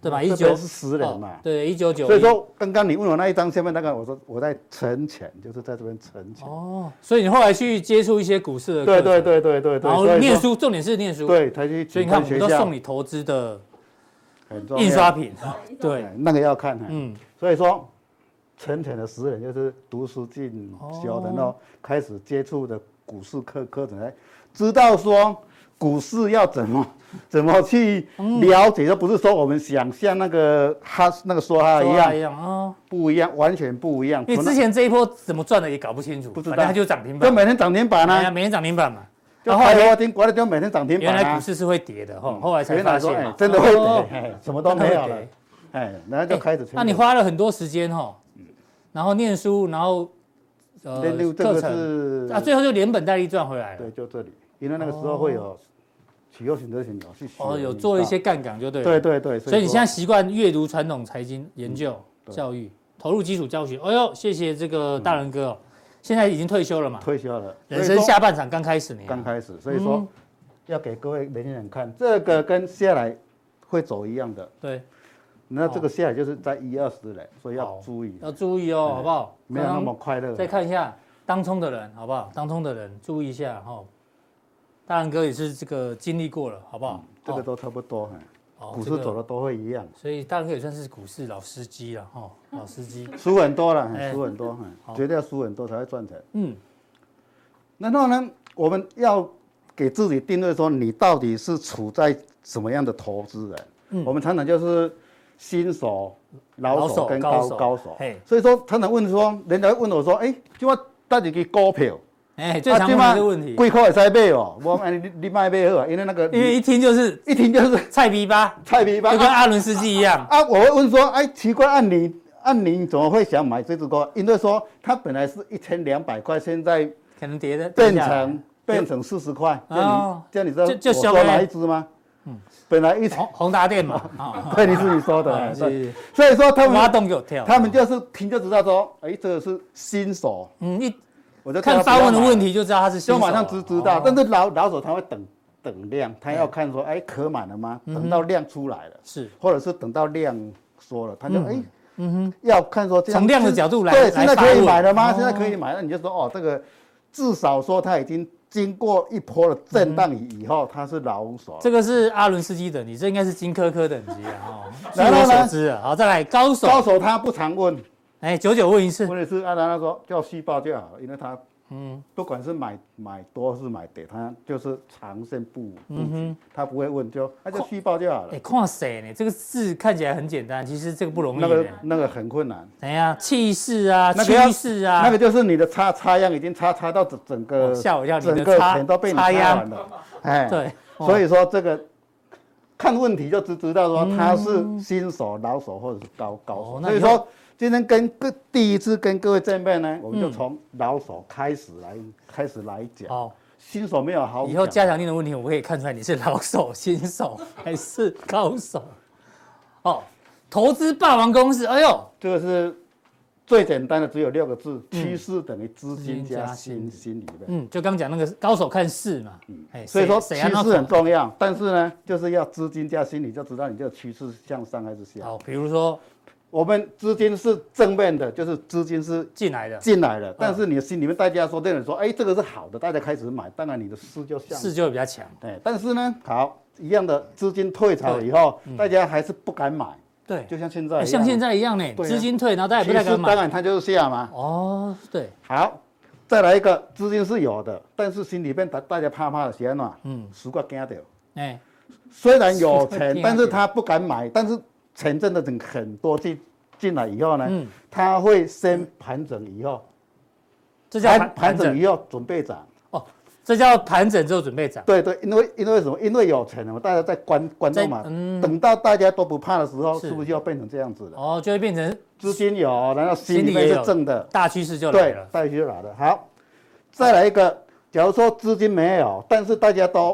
对吧？一这九哦边是十年嘛对，一九九。所以说，刚刚你问我那一张下面那个，我说我在存钱，就是在这边存钱。哦，所以你后来去接触一些股市的，对对，对对对对，然后所以念说，书，重点是念书，，对，才去所以你请看我看们学都校啊送，你投资的很重要印刷，品，对哎，那个要看。嗯。嗯，所以说，存钱的十人就是读书进修，然哦后开始接触的股市课课程，来知道说股市要怎么 怎么去了解，就不是说我们想象那个哈那个说哈一都样一，样啊。不一样，完全不一样。因为之前这一波怎么赚的也搞不清楚，不知道反正它就涨停就板，每天涨停板哎呀啊，每天涨停板嘛。就然后后后来来我听国内就每天涨停原板来啊股，市是会跌的哈，后来才原发来说哎现，真的会哦跌， 哎什么都没有真的会了跌，哎，然后就开始存钱。那你花了很多时间哈，然后念书，然后呃那那这课个程是啊，最后就连本带利赚回来了对，。就这里，因为那个时候会有启用选择权有去学哦，有你做一到些杠杆就对了。对对对，所以你说现在习惯阅读传统财经研究、对教育，投入基础教学。哎呦，谢谢这个大人哥哦，现在已经退休了嘛，退休了，人所生以说下嗯半场刚开始呢。刚开始，所以说要给各位年轻人看，这个跟下来会走一样的，对，那这个下来就是在一二十人，所以要注意，哦要注意哦，哎好不好？没有那刚么刚快乐。嗯再看一下当冲的人，好不好？当冲的人注意一下哈。大人哥也是这个经历过了，好不好？嗯这个哦都差不多，哦哎股这市个走的都会一样，所以大人哥也算是股市老司机了哈，老司机。 输很多了，哎哎输很多，哎好绝对要输很多才会赚钱。嗯，然后呢，我们要给自己定位说，你到底是处在什么样的投资人？我们常常就是新手、老嗯老手手跟高高手高手嘿。所以说，常常问说，人家问我说，哎，就我带你去股票，哎，最常问的这个问题，啊贵块也塞买哦，我哎你你卖买好啊，因为那个因为一听就是一听就是菜逼 吧，菜皮吧就。跟阿伦斯基一样。啊，我会问说，哎，奇怪，按你按你怎么会想买这只股？因为说它本来是一千两百块，现在可能跌的变成变成四十块，这样哦你这样你知道就就我小嗯白说哪一只吗？本来一红宏达 电嘛，啊，对，你自己说啊的，是对，所以说他挖们洞给我跳，他们就是听就知道说，哎，这个是新手，嗯一我就叫看他发不要问的买问，题就知道他是新就手马上知知道哦，但是老老手他会等等量，他要看说，哎，可买了吗？嗯等到量出来了，是或者是等到量说了，他就哎。嗯哼，要看说这样从量的角度来对，来现在可发哦以问买了吗？现在可以买了，你就说哦，这个至少说它已经经过一波的震荡以以后，它是老手。嗯这个是阿伦斯基等级， 这应该是金科科等级啊，哦，据然后我呢所知啊，好，再来高手，高手他不常问，哎，九九问一次，问题是阿南他说叫续报就好了，因为他嗯，不管是买买多是买跌，他就是长线布布局，他不会问就他就续报就好了嗯哎，。看谁呢？这个字看起来很简单，其实这个不容易那个呢。那个很困难，怎样？气势啊，那个要趋势啊，那个就是你的插插秧已经插插到整整哦个吓我一跳你的整个插田都被你插插秧完了，哎，对，哦嗯所以说这个看问题就知知道说他是新手、老手或者是高高哦手。那所以以后说今天跟各第一次跟各位见面呢，嗯我们就从老手开始来开始来讲，哦好，新手没有好以后加讲强力的问题，我可以看出来你是老手、新手还是高手。哦，投资霸王公式，哎呦，这个是最简单的，只有六个字：趋势等于资金加嗯心心理论。嗯，就刚讲那个高手看势嘛，哎，嗯所以说趋谁势谁按照很重要，但是呢，就是要资金加心理，就知道你这个趋势向上还是下。好，比如说我们资金是正面的，就是资金是进来的进来了，但嗯是你的心里面大家说，对你说，哎，这个是好的，大家开始买，当然你的势就下。势就会比较强，哎，但是呢，好，一样的资金退潮了以后，大家还是不敢买，对，就像现在一嗯哎样，像现在一样呢，对啊资金退，然后大家也不趋太势敢当买。然它就是下嘛。哦，对，好，再来一个，资金是有的，但是心里面大大家怕怕的，先嘛，嗯，输个惊掉。哎，虽然有是会钱惊，但是掉他不敢买，但是钱真的很很多进进来以后呢，嗯他会先盘整以后，这叫盘盘盘盘整整以后准备涨。哦，这叫盘整之后准备涨。对对，因为因为什么？因为有钱了嘛，大家在关关注嘛在。嗯等到大家都不怕的时候，是是不是就要变成这样子了？哦，就会变成资金有，然后心里心里面也是有正的，大趋势就来对了，。带去就来了。好，再来一个，假如说资金没有，但是大家都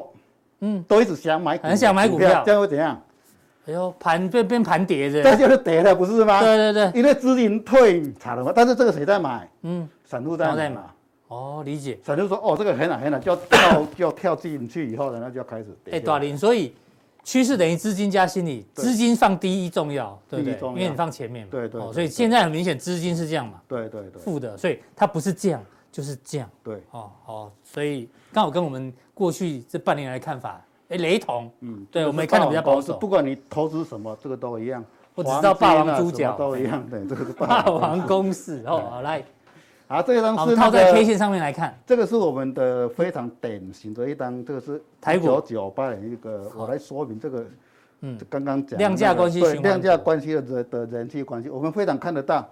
嗯嗯都一直想买股票，很想买股票这样会怎样？哎呦，盘变变盘跌着。这就是跌了，不是吗？对对对，因为资金退场了嘛，但是这个谁在买？嗯，散户在散户在买买嘛。哦，理解。散户说：“哦，这个很好很好，就要跳就要跳进去以后，然后就要开始跌。”哎，大林，所以趋势等于资金加心理，对资金放第一重要，对不第一对？重因要为你放前面嘛。对对哦对所以对现在很明显，资金是这样嘛，对对对负的，所以它不是这样就是这样。对，哦哦，所以刚好跟我们过去这半年来的看法，哎，雷同。嗯，对这个我们是看得霸比较王保公司守不管你投资什么，这个都一样。我只知道霸王猪黄金脚啊什么都一样，对，这个是霸 霸王。王公式哦，好来，啊，这张好我是们那套在 K 个，线上面来看，这个是我们的非常典型的一张，这个是台股九九八年一个，我来说明这个。嗯，刚刚讲的量价那个关系对循环量价图关系的人的人际关系，我们非常看得到。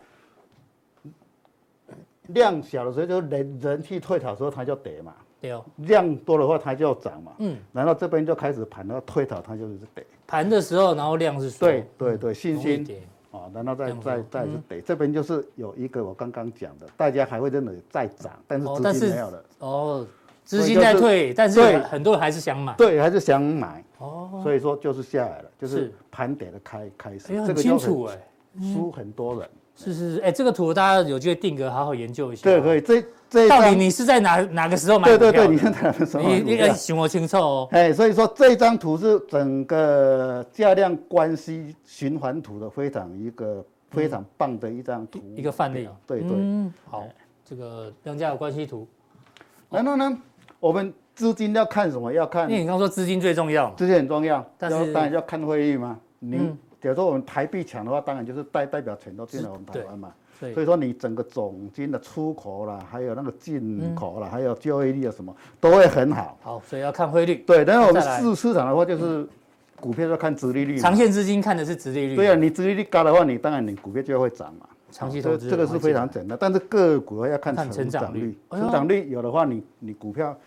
量小的时候，就是人人气退潮的时候，它就跌嘛；对哦，量多的话，它就涨嘛。嗯，然后这边就开始盘，然后退潮，它就是跌。盘的时候，然后量是缩对对对，信容易心跌啊，然后再量嗯再缩再是得这边就是有一个我刚刚讲的，大家还会认为再涨，但是哦资但金是没有了，哦，所以资金就在是退，但是对很多人还是想买。对，还是想买，哦，所以说就是下来了，就是是盘点的开开始哎，呦，这很个清就楚很哎，输很多人，是是是，哎，这个图大家有机会定格好好研究一下。哦对，可以，这这一到底张你是在哪哪个时候买对股票的？对对，你看他们什么你股你要票？想我清楚哦。哎，所以说这张图是整个价量关系循环图的非常一个非常棒的一张图，一个范例啊对对。嗯，好，这个量价有关系图，然后呢，我们资金要看什么？要看因为你刚说资金最重要嘛。这些很重要，但然是后当然要看汇率嘛。嗯您假如说我们台币强的话，当然就是代代表全都进来我们台湾嘛。对所以说你整个总金的出口啦，还有那个进口嗯啦，还有就业率啊什么，都会很好。好，所以要看汇率，对，然后我们再来市市场的话就是股票要看殖利率嘛。长线资金看的是殖利率。对啊，你殖利率高的话，你当然你股票就会涨嘛。嗯长期这投个资这个是非常简单，但是个股要看看成成长长率率，哎呦成长率有的话，你你股票，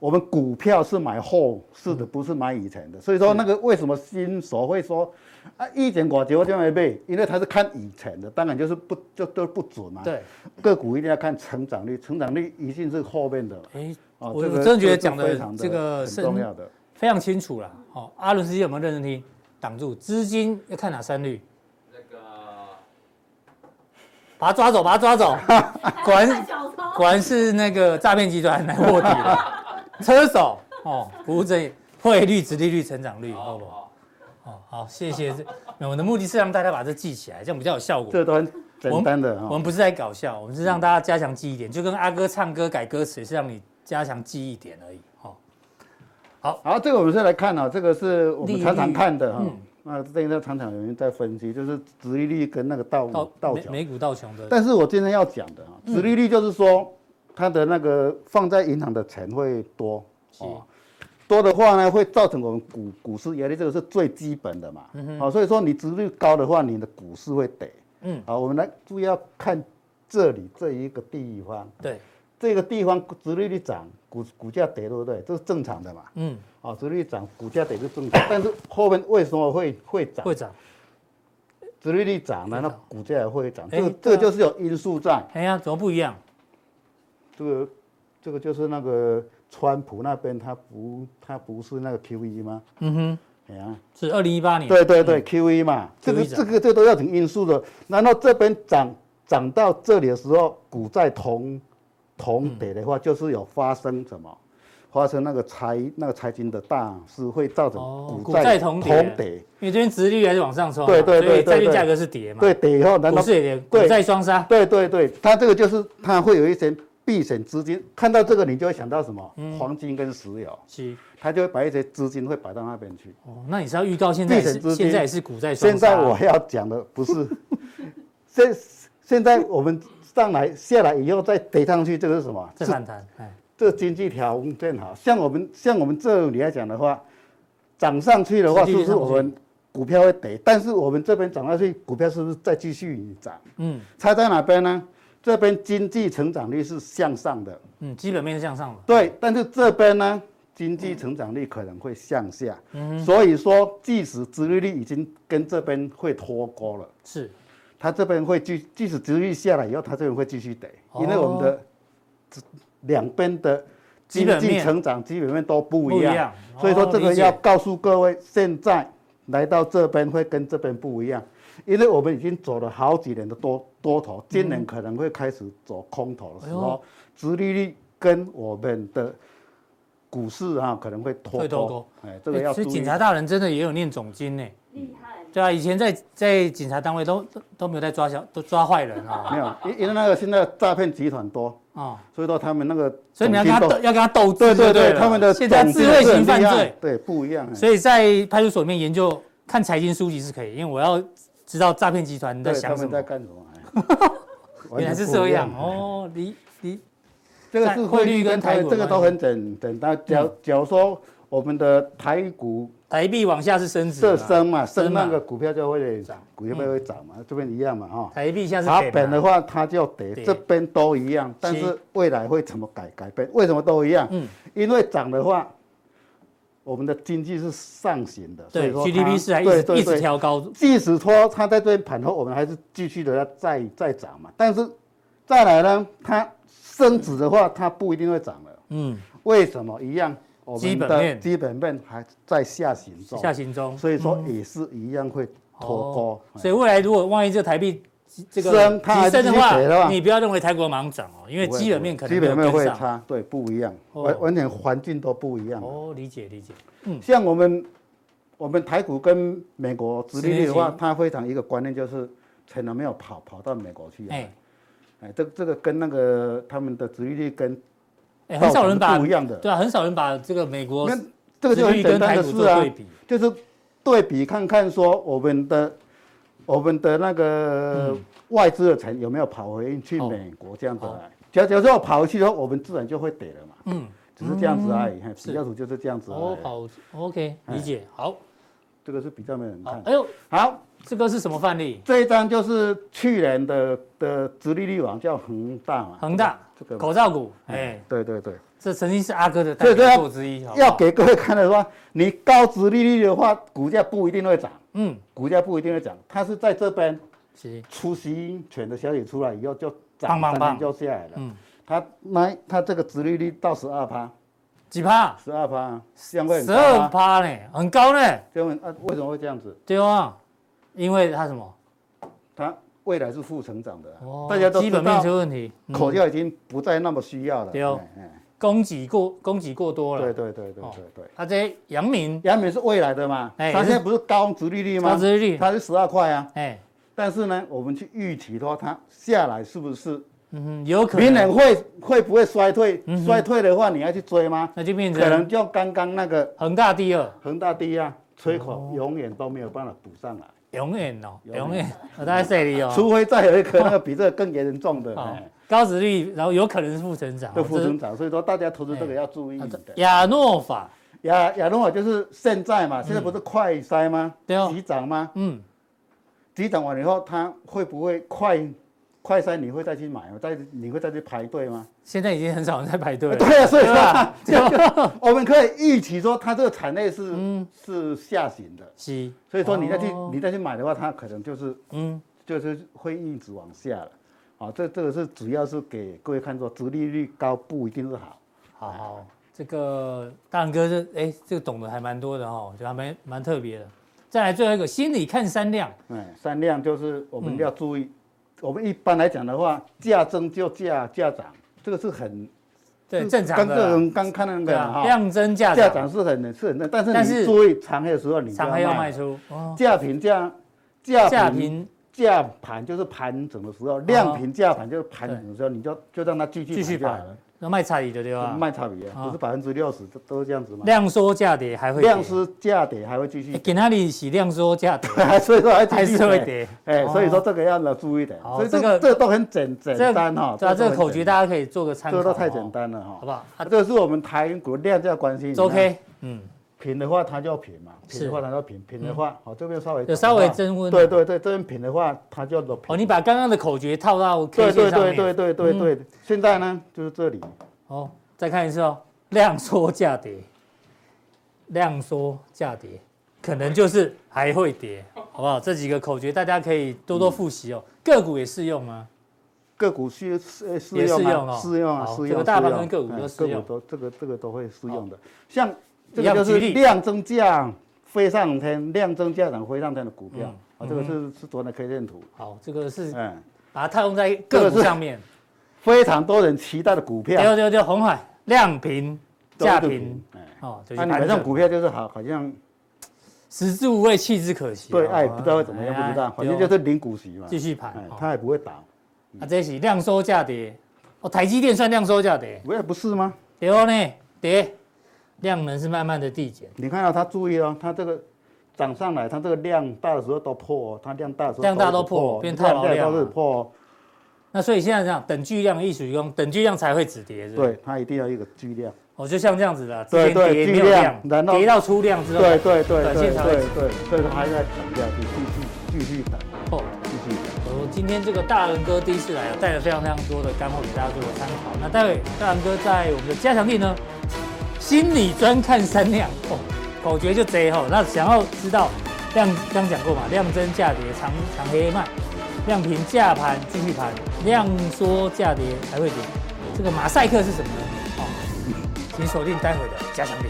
我们股票是买后市的，不是买以嗯前的，所以说那个为什么新手会说啊一点寡结我就没背，因为他是看以前的，当然就是不就都不准嘛。，对，个股一定要看成长率，成长率一定是后面的。哎，哦我这个我真的觉得这讲个是非的常的这个很深重要的，非常清楚了。好，阿伦斯基有没有认真听？挡住资金要看哪三率？那个把他抓走，把他抓走。果然太小抄果然是那个诈骗集团来卧底了。车手哦，不务正业，汇率、殖利率、成长率，好不好？哦，哦，好，谢谢。 这我们的目的是让大家把这记起来，这样比较有效果。这都很简单的哦我哈们。不是在搞笑，我们是让大家加强记忆点，就跟阿哥唱歌改歌词也是让你加强记忆点而已。哦，好，这个我们是来看啊，这个是我利们率常常看的哈嗯，那现在常常有人在分析，就是殖利率跟那个道到嗯道美角。美股道琼的，但是我今天要讲的啊，嗯殖利率就是说，它的那个放在银行的钱会多哦，多的话呢，会造成我们股股市压力，这个是最基本的嘛。好、所以说你殖利率高的话，你的股市会跌。嗯，好，我们来注意要看这里这一个地方，对，这个地方殖利率涨，股股价跌，对不对？这是正常的嘛。嗯，啊，殖利率涨，股价跌是正常，但是后面为什么会会涨？会涨，殖利率涨了，那股价也会涨，哎这个这对啊个就是有因素在。哎呀，怎么不一样？这个这个就是那个川普那边，他不他不是那个 QE 吗？嗯哼，哎呀，是二零一八年，对对对、q e 嘛，这个 QE 涨这个这都要挺因素的。然后这边涨涨到这里的时候，股债同嗯同跌的话，就是有发生什么？发生那个财那个财经的大事，会造哦成股股债债同同跌跌，因为这边殖利率还是往上冲嘛，啊对对所以对对债券对价格是跌嘛，对，跌以后，难道股市也跌，对股债双杀，对对对，它这个就是它会有一些避险资金，看到这个你就会想到什么？嗯黄金跟石油。是，他就会把一些资金会摆到那边去。哦，那你是要预告现在也避险资是金现在也是股债双杀，现在我要讲的不是， 现现在我们上来下来以后再跌上去，这个是什么？在是反弹，哎，这经济条件好，像我们像我们这里来讲的话，涨上去的话，实是际不上是我们股票会跌？但是我们这边涨上去，股票是不是再继续涨？嗯差在哪边呢？这边经济成长率是向上的，嗯，基本面是向上的，对，但是这边呢，经济成长率可能会向下，嗯所以说即使殖利率已经跟这边会脱钩了，是，它这边会继即使殖利率下来以后，它这边会继续跌，哦因为我们的这两边的基经本面济成长基本面都不一不一样，样所以说这哦理个解要告诉各位，现在来到这边会跟这边不一样。因为我们已经走了好几年的多多头，今年可能会开始走空头的时哎候呦，殖利率跟我们的股市啊可能会脱会脱钩钩。哎，这个要所注以意警。察大人真的也有念总经呢，厉害，对啊，以前在在警察单位都都都没有在抓小都抓坏人啊，没有，因因为那个现在诈骗集团多，哦，所以说他们那个所以你要嗯跟他总经都斗要跟他斗智对就对对，了他们的现在总智经慧是很型犯厉害罪，嗯对不一样。哎所以在派出所里面研究看财经书籍是可以，因为我要知道诈骗集团在对他想什们在么。干什么？哎完 全原来是不这一样哎哦，理理这个是汇率跟台汇率跟台股，股这个都很简简单。假嗯如假如说我们的台股台币往下是升值嘛，这升嘛，升升嘛那个股票就会涨，股票会涨嘛，这边一样嘛哈。台币现在它嗯是啊本的嘛话，它就跌，跌这边都一样，但是未来会怎么改改变？为什么都一样？嗯因为涨的话，我们的经济是上行的，所对以说它 GDP 是还一对直对一直对调高，即使说它在这边盘后，我们还是继续的要再再涨嘛。但是再来呢，它升值的话，它不一定会涨了。嗯，为什么一样？我基们本的面基本面还在下行中，下行中所以说也是一样会脱钩哦。哎所以未来如果万一这个台币这个升它提还是升的继续跌的话，话你不要认为台国马上涨哦，因为不会基本面可能基本没面有会跟上。差，对，不一样，哦完完全环境都不一样。嗯哦，理解理解，像我们我们台股跟美国殖利率的殖利话率，它非常一个观念就是钱有没有跑跑到美国去啊？哎哎，这这个跟那个他们的殖利率跟哎，很少人把道理是不一样的对啊，很少人把这个美国那这个就殖利率很跟简单台的股事做啊对，比，就是对比看看说我们的我们的那个外资的钱有没有跑回去嗯哦美国这样子来。假假如说跑回去的话，我们自然就会跌了嘛。嗯，只是这样子而已，嘿是比较图就是这样子而哦已。好，OK，理解好，这个是比较没有人好哎看，。哎呦，好，这个是什么范例？这一张就是去年的的殖利率网叫恒大嘛，恒大这个嘛口罩股，哎哎，，对对对，这曾经是阿哥的代所以说表要作之一，好不好要给各位看的话，你高殖利率的话，股价不一定会涨，嗯，股价不一定会涨，它是在这边行，出息权的消息出来以后就棒涨，棒三棒天就下来了。嗯它那它这个殖利率到十二趴，几趴？十二趴，相会很十高啊二趴呢，很高呢，相会啊，为什么会这样子？对啊，因为它什么？它未来是负成长的啊，哦大家都基知本面道出问题，嗯口罩已经不再那么需要了。对哦哎哎供给过供给过多对了，对对对哦对对。它这些阳明阳明是未来的嘛？哎它也是现在不是高值利率吗？高殖利率它是十二块啊。哎，但是呢，我们去预期的话，它下来是不是嗯哼，有可明年能，嗯会会不会衰退？衰退的话，你要去追吗？那就变可成能就刚刚那个恒大第二，恒大第一啊，缺哦口永远都没有办法补上来，永远哦，永永远嗯远，我大概这里哦。除非再有一颗那个比这个更严重的，好哎，高值率，然后有可能是负增长，的负啊这是增长，所以说大家投资这个要注意啊一这点。亚诺法，亚亚诺瓦就是现在嘛，现在不是快筛吗？嗯对哦急涨吗？嗯，急涨完以后，它会不会快快筛？你会再去买吗？再你会再去排队吗？现在已经很少人在排队了。 对啊，所以对啊说吧 我们可以预期说它这个产业是、是下行的，是，所以说你再去、哦你再去买的话，它可能就是嗯，就是会一直往下了。啊，这这个是主要是给各位看说，殖利率高不一定是好。好好，这个大仁哥这哎，这个懂得还蛮多的哦，我觉得还蛮蛮特别的。再来最后一个，心理看三量，哎，三量就是我嗯们要注意，我们一般来讲的话，价增就价价涨，这个是很对，是正常嗯刚的个啦，人刚看那对个啊，哈，量增价价涨涨，是很是很，但但是是你注意长黑的时候，你就长黑要卖出，哦，价平价价价平平价盘就是盘整的时候，量平价盘就是盘整的时候，你就就让它继续啊继续就好盘了，要卖差异的对就吧？嗯卖差别啊不是百分之六十都都是这样子嘛，量缩价跌还会跌量是价跌还会继续 哎，给那里洗量缩价跌所以说还还继续是会。 跌。哎，所以说哦这个要呢注意一点，好所以这这个个这个都很简简这单哈，对啊，这都个很口诀简单大家可以做个参这考，个都太简哦，单嗯了好哈。不好？啊这个是我们台股量价关系。你看，OK，嗯，平的话它就要平嘛，是嗯平的话它就平，平的话，好这边稍微有稍微增温对对对，这边平的话它就走平。哦，你把刚刚的口诀套到 K 对线对上面，嗯对对对对对，现在呢就是这里，哦，再看一次哦，量缩价跌，量缩价跌，可能就是还会跌，好不好？这几个口诀大家可以多多复习哦，个股也适用啊吗？个股呃适适也适适用用哦啊，适用啊，好适这用个啊。大盘适用跟个股都哎适用个股都这个这个都会适用的。像这一样个就是举例量增价飞上天，量增价涨飞上天的股票嗯，啊，这个是是昨天的 K 线图，好，这个是嗯，把它套用在这个个股是上面，非常多人期待的股票，对对对，红海量平都是哎价这平，，哎哦，就那是你们盘这种整，股票就是好，好像食之无味，弃之可惜哦，哎对哎爱不知道会怎么样，不知道，反正就是是零股息嘛哦继，续盘哎，嗯哦它也不会倒，啊，这是量收价跌，哦，台积电算量收价跌，不也不是吗？跌哦呢，跌，量能是慢慢的递减，你看到它注意哦，它这个涨上来，它这个量大的时候都破、哦，它量大的时候量大都都有破破，变套牢量都是嘛破、哦，那所以现在这样，等巨量一属于用，等巨量才会止跌，是吧？，对，它一定要一个巨量，哦，就像这样子的，之对前跌对没有巨量量，然后跌到出量之后，对对对短对线对才会对对，所以说它应该等下去，继续继续等，哦，继续等。我今天这个大人哥第一次来，带了非常非常多的干货给大家做个参考。那待会大人哥在我们的加强力呢，心理专看三量哦，口诀就贼吼。那想要知道量刚讲过嘛，量增价跌，长长黑卖，量平价盘继续盘，量缩价跌才会跌。这个马赛克是什么呢？哦，请锁定待会的加强力。